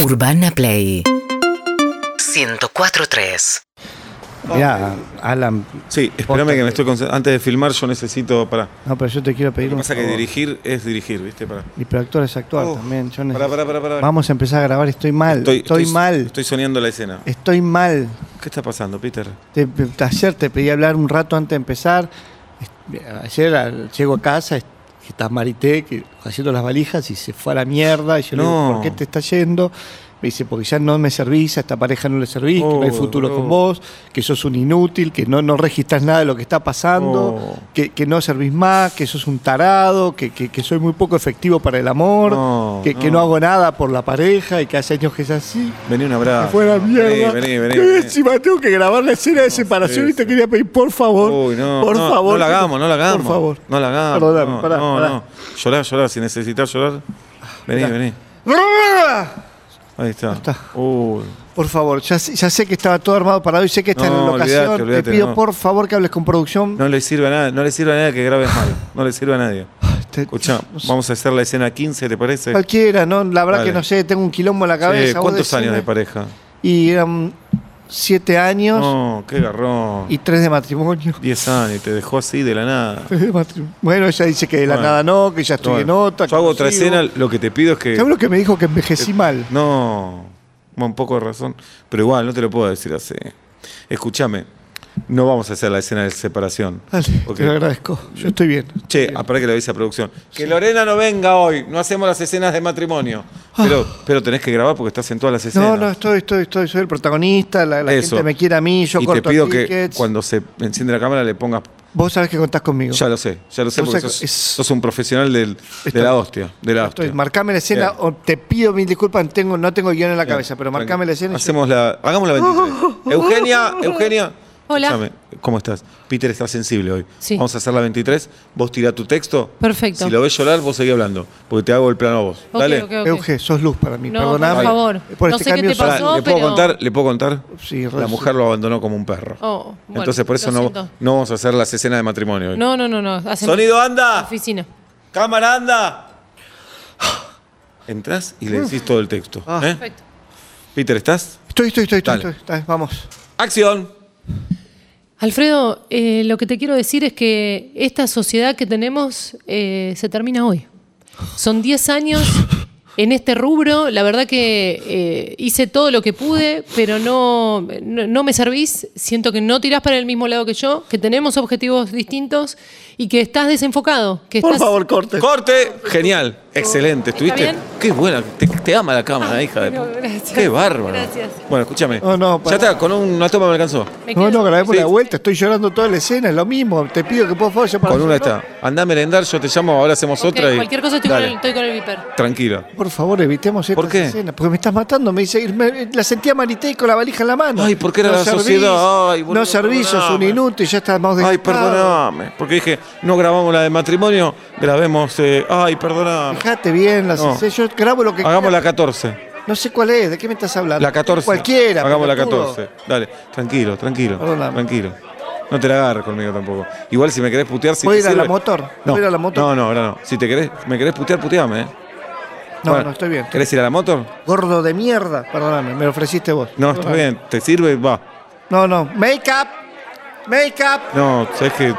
Urbana Play 104.3 Mirá, Alan, Sí, Posta espérame que que- me estoy concentrando. Antes de filmar yo necesito para. no, pero yo te quiero pedir Lo que un pasa es que favor. dirigir es dirigir, ¿viste? Para. Y pero actuar es actuar Oh, también. yo Para, necesito- para, para, para. Vamos a empezar a grabar, estoy mal, estoy, mal, Estoy soñando la escena. estoy mal. ¿Qué está pasando, Peter? Te- te- ayer te pedí hablar un rato antes de empezar. Est- Ayer al- llego a casa, est- que está Marité que- haciendo las valijas y se fue a la mierda. Y yo le digo, No. ¿por qué te está yendo? Me dice, porque ya no me servís, a esta pareja no le servís, que no hay Oh, futuro no. con vos, que sos un inútil, que no, no registras nada de lo que está pasando, Oh. que, que no servís más, que sos un tarado, que, que- que soy muy poco efectivo para el amor, No, que, que no no. hago nada por la pareja y que hace años que es así. Vení un Que abrazo. fuera mierda. Ah, Vení, vení, vení. Que vení. encima tengo que grabar la escena de separación sí, y te sí. quería pedir, por favor. Uy, no. por no, favor. No la hagamos, no la hagamos. Por favor. No la hagamos. Perdóname, no, pará, no, pará. Ah, no. Llorar, llorar. Si necesitas llorar. Vení, vení. Ahí está. está. Uy. Por favor, ya, sé- ya sé que estaba todo armado para hoy, sé que está en No, la locación. olvídate, olvídate, te pido no. por favor que hables con producción. No le sirve a nada, no le sirve a nadie que grabes mal. No le sirve a nadie. Te- Escucha, vamos a hacer la escena 15, ¿te parece? Cualquiera, ¿no? La verdad Dale. que no sé, tengo un quilombo en la Eh, cabeza. vos ¿Cuántos decime. años de pareja? Y eran siete años No, qué garrón. y tres de matrimonio. 10 años y te dejó así de la nada. Tres de matrimonio. Bueno, ella dice que de la Bueno. nada no, que ya estoy en Bueno, otra. yo hago que otra sigo. escena, lo que te pido es que. ¿Sabes lo que me dijo que envejecí mal? No, bueno, un poco de razón. Pero igual, no te lo puedo decir así. Escúchame, no vamos a hacer la escena de separación. Dale, Ok. Ah, te lo agradezco. Yo estoy bien. Che, ah, pará que lo dice a producción. Que Lorena no venga hoy, no hacemos las escenas de matrimonio. Pero, pero tenés que grabar porque estás en todas las escenas. Ah. No, no, estoy, estoy, estoy, soy el protagonista, la, la Eso. gente me quiere a mí, yo y corto te pido que tickets. cuando se enciende la cámara le pongas. Vos sabés que contás conmigo. Ya lo sé, ya lo sé, O porque sea, sos, es- sos un profesional del- de Estoy- la hostia. De la Estoy, hostia. marcame la escena, Bien. o te pido mil disculpas, tengo, no tengo guión en la cabeza, pero marcame la escena. y Hacemos la, hagamos la 23. Eugenia, Eugenia. Hola. escúchame, ¿Cómo estás? Peter está sensible hoy. Sí. Vamos a hacer la 23. Vos tirá tu texto. Perfecto. Si lo ves llorar, vos seguí hablando. Porque te hago el plano a vos. Ok, Dale. ok, yo- ok. Euge, sos luz para mí, No, perdoname. por favor. Por No este sé qué cambio te sos- Pará, pasó, ¿Le puedo pero- contar? ¿Le puedo contar? Sí, re- la mujer lo abandonó como un perro. Oh, bueno, Entonces por eso lo no, siento. no vamos a hacer las escenas de matrimonio hoy. No, no, no, no. hacen- Sonido anda. Oficina. Cámara anda. Entrás y le decís todo el texto. Ah. ¿eh? Perfecto. Peter, ¿estás? Estoy, estoy, estoy, estoy, Dale. estoy, dale, vamos. ¡Acción! Alfredo, eh, lo que te quiero decir es que esta sociedad que tenemos eh, se termina hoy. Son 10 años en este rubro. La verdad que eh, hice todo lo que pude, pero no, no, no me servís. Siento que no tirás para el mismo lado que yo, que tenemos objetivos distintos y que estás desenfocado. Que Por estás- favor, corte. Corte, genial, excelente, estuviste. bien? Qué buena, te, te ama la cámara, hija de. pero puta. gracias, Qué bárbaro. gracias. Bueno, escúchame. No, no, ya pará. está, con una toma me alcanzó. Me No, quedo- no, grabemos Sí. la vuelta, estoy llorando toda la escena, es lo mismo. Te pido que por favor ya para Con una yo, ¿no? está. Andá a merendar, yo te llamo, ahora hacemos Ok, otra y. Cualquier cosa estoy con, Dale, el, estoy con el viper. Tranquilo. Por favor, evitemos estas ¿Por qué? escenas, porque me estás matando. Me dice, ir- me- la sentía Marité con la valija en la mano. Ay, ¿por qué era no la sociedad? Ay, boludo, no servís, sos un perdoname. inútil, ya estás más Ay, desgastado. perdóname. Porque dije, no grabamos la de matrimonio, grabemos. eh, ay, perdóname. Fijate bien, las No. escenas, yo grabo lo que Hagamos quiera. la 14. No sé cuál es, ¿de qué me estás hablando? La 14. Cualquiera. Hagamos la pelotudo. 14. Dale, tranquilo, tranquilo. Perdóname. Tranquilo. No te la agarres conmigo tampoco. Igual si me querés putear, si ¿Puedo te ir a la sirve- motor? No. ¿Puedo ir a la motor? No, no, ahora no. Si te querés, me querés putear, puteame, ¿eh? No, Bueno, no, estoy bien. ¿Querés ir a la motor? Gordo de mierda, perdóname, me lo ofreciste vos. No, está bien. ¿Te sirve? Va. No, no, make up, make up. No, sabes que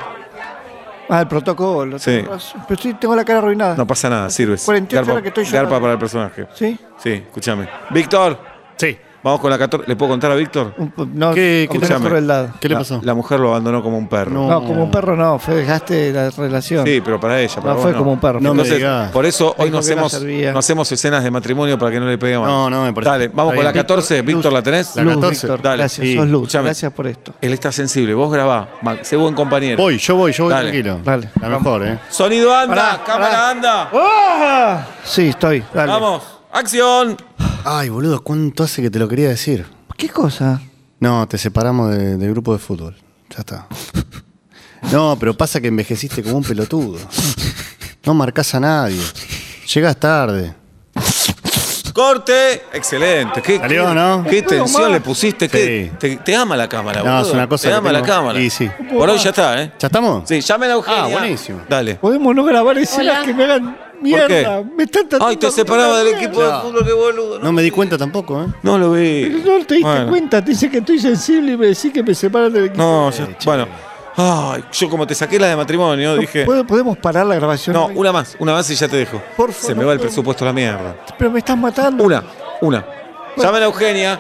Ah, el protocolo. Sí. Pero estoy, tengo la cara arruinada. no pasa nada, sirve. 48 horas que estoy llorando. garpa para el personaje. ¿Sí? Sí, escúchame. Víctor, Sí. vamos con la 14. ¿Le puedo contar a Víctor? Un po- no, ¿Qué- con qué mucha tenés? crueldad. ¿Qué le La- pasó? La, mujer lo abandonó como un perro. No. No, como un perro no, fue dejaste la relación. Sí, pero para ella. para No vos fue como un perro. No me Entonces, digas. por eso Dijo hoy no que no hacemos, servía. no hacemos escenas de matrimonio para que no le peguemos. No, no, me parece- Dale, vamos Está con la bien. 14. Víctor, ¿la tenés? La Luz, 14. Víctor, Dale. gracias, Sí. sos luz. Escuchame. Gracias por esto. Él está sensible. Vos grabá. Ma- Sé buen compañero. Voy, yo voy, yo voy Dale. tranquilo. Dale. La mejor, ¿eh? Sonido anda, Pará, cámara pará. anda. Sí, estoy, dale. Vamos. Acción. Ay, boludo, ¿cuánto hace que te lo quería decir? ¿Qué cosa? No, te separamos de- del grupo de fútbol. Ya está. No, pero pasa que envejeciste como un pelotudo. No marcas a nadie. Llegas tarde. Corte. Excelente. ¿Qué, Salió, qué- ¿no? qué No puedo tensión más. le pusiste. qué- Sí. te, te ama la cámara. No, boludo. es una cosa Te que ama la tengo- cámara. Sí, sí. Por hoy ya está, ¿eh? ¿Ya estamos? Sí, llamen a Eugenia. Ah, buenísimo. Dale. Podemos no grabar escenas Hola. que me hagan ¿Por qué? Mierda, me están tratando Ay, te como separaba una del equipo de No. fútbol, qué boludo. No me di cuenta tampoco, ¿eh? No lo vi. No te diste Bueno. cuenta, te dice que estoy sensible y me decís que me separan del equipo. No, yo- bueno. Ay, yo como te saqué la de matrimonio, dije. ¿Puedo- ¿Podemos parar la grabación? No, una más, una más y ya te dejo. Por favor, Se me no va el puedo. presupuesto a la mierda. Pero me estás matando. Una, una. Llamen a Eugenia.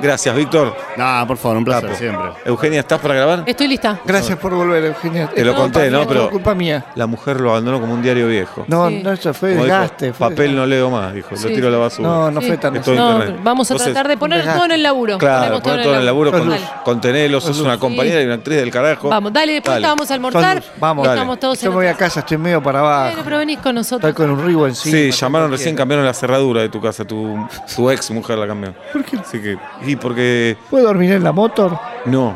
Gracias, Víctor. No, por favor, un placer siempre. Eugenia, ¿estás para grabar? Estoy lista. Gracias por volver, Eugenia. Te lo Es conté, culpa ¿no? mía, Pero- es culpa mía. La mujer lo abandonó como un diario viejo. No, Sí. no, eso fue Como dijo, desgaste. fue papel no leo más, dijo. Lo Sí. tiro a la basura. No, no fue Sí. tan Es todo así. No, internet. vamos a Entonces- tratar de poner Venga. todo en el laburo. Claro, Ponemos poner todo en el laburo, con, laburo. contenerlo, sos una compañera Sí. y una actriz del carajo. Vamos, dale, después Dale. te vamos a almorzar. Son- Vamos, Estamos todos Yo en me voy otra- a casa, estoy medio para abajo. Bueno, pero venís con Estoy nosotros. con un ribo Sí, encima. llamaron recién, cambiaron la cerradura de tu casa. Tu, tu ex mujer la cambió. ¿Por qué? Así que. Y porque. ¿Puedo dormir en la motor? No.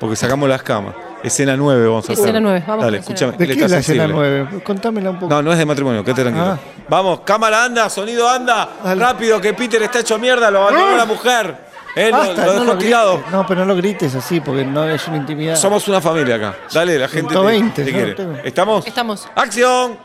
Porque sacamos las camas. Escena 9 vamos a hacer. Escena nueve, vamos Dale, con escúchame. ¿De él qué está es la escena sensible. 9? Contámela un poco. No, no es de matrimonio, quédate tranquilo. Ah. Vamos, cámara anda, sonido anda. Dale. Rápido que Peter está hecho mierda, lo abandonó Ah. la mujer. Él lo- Basta, lo, dejó grites. tirado. No, pero no lo grites así porque no es una intimidad. Somos una familia acá. Dale, la gente te- 120, te, no, quiere. tengo. ¿Estamos? Estamos. ¡Acción!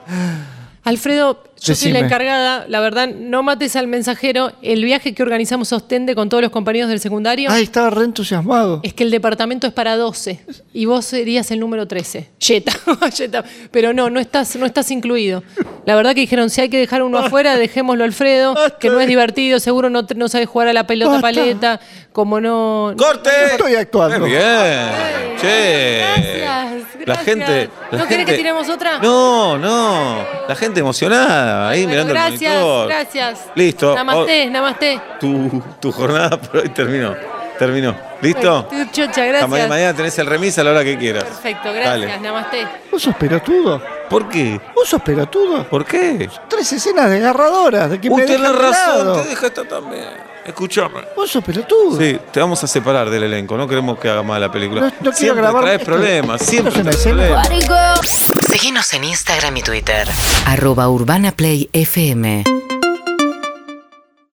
Alfredo, yo soy Decime. la encargada. La verdad, no mates al mensajero. El viaje que organizamos a Ostende con todos los compañeros del secundario Ay, estaba re entusiasmado. es que el departamento es para 12 y vos serías el número 13. Yeta, yeta. Pero no, no estás, no estás incluido. La verdad que dijeron, si hay que dejar uno afuera, dejémoslo a Alfredo, que no es divertido, seguro no, te- no sabe jugar a la pelota Basta. paleta, como no... ¡Corte! Estoy actuando. Muy bien. Che. Gracias, La gracias. gente. la ¿No querés que gente- tiremos otra? No, no. La gente emocionada ahí Bueno, mirando gracias, el monitor. gracias. Listo. Namaste, namaste. Oh, tu, tu jornada por hoy terminó. Terminó. ¿Listo? Tu chocha, Hasta mañana, gracias. mañana tenés el remis a la hora que quieras. Perfecto, Dale. gracias, namaste. ¿Vos sos pelotudo? ¿Por qué? ¿Vos sos pelotudo? ¿Por qué? Tres escenas desgarradoras de que me Usted tiene dejan de lado. razón, te deja esta también. Escuchame. Vos sos pelotudo. Sí, te vamos a separar del elenco, no queremos que haga mal la película. No- no quiero siempre grabar traes esto. problemas, Esto siempre es una traes escena. problemas. Party girl. Seguinos en Instagram y Twitter. Arroba Urbana Play FM.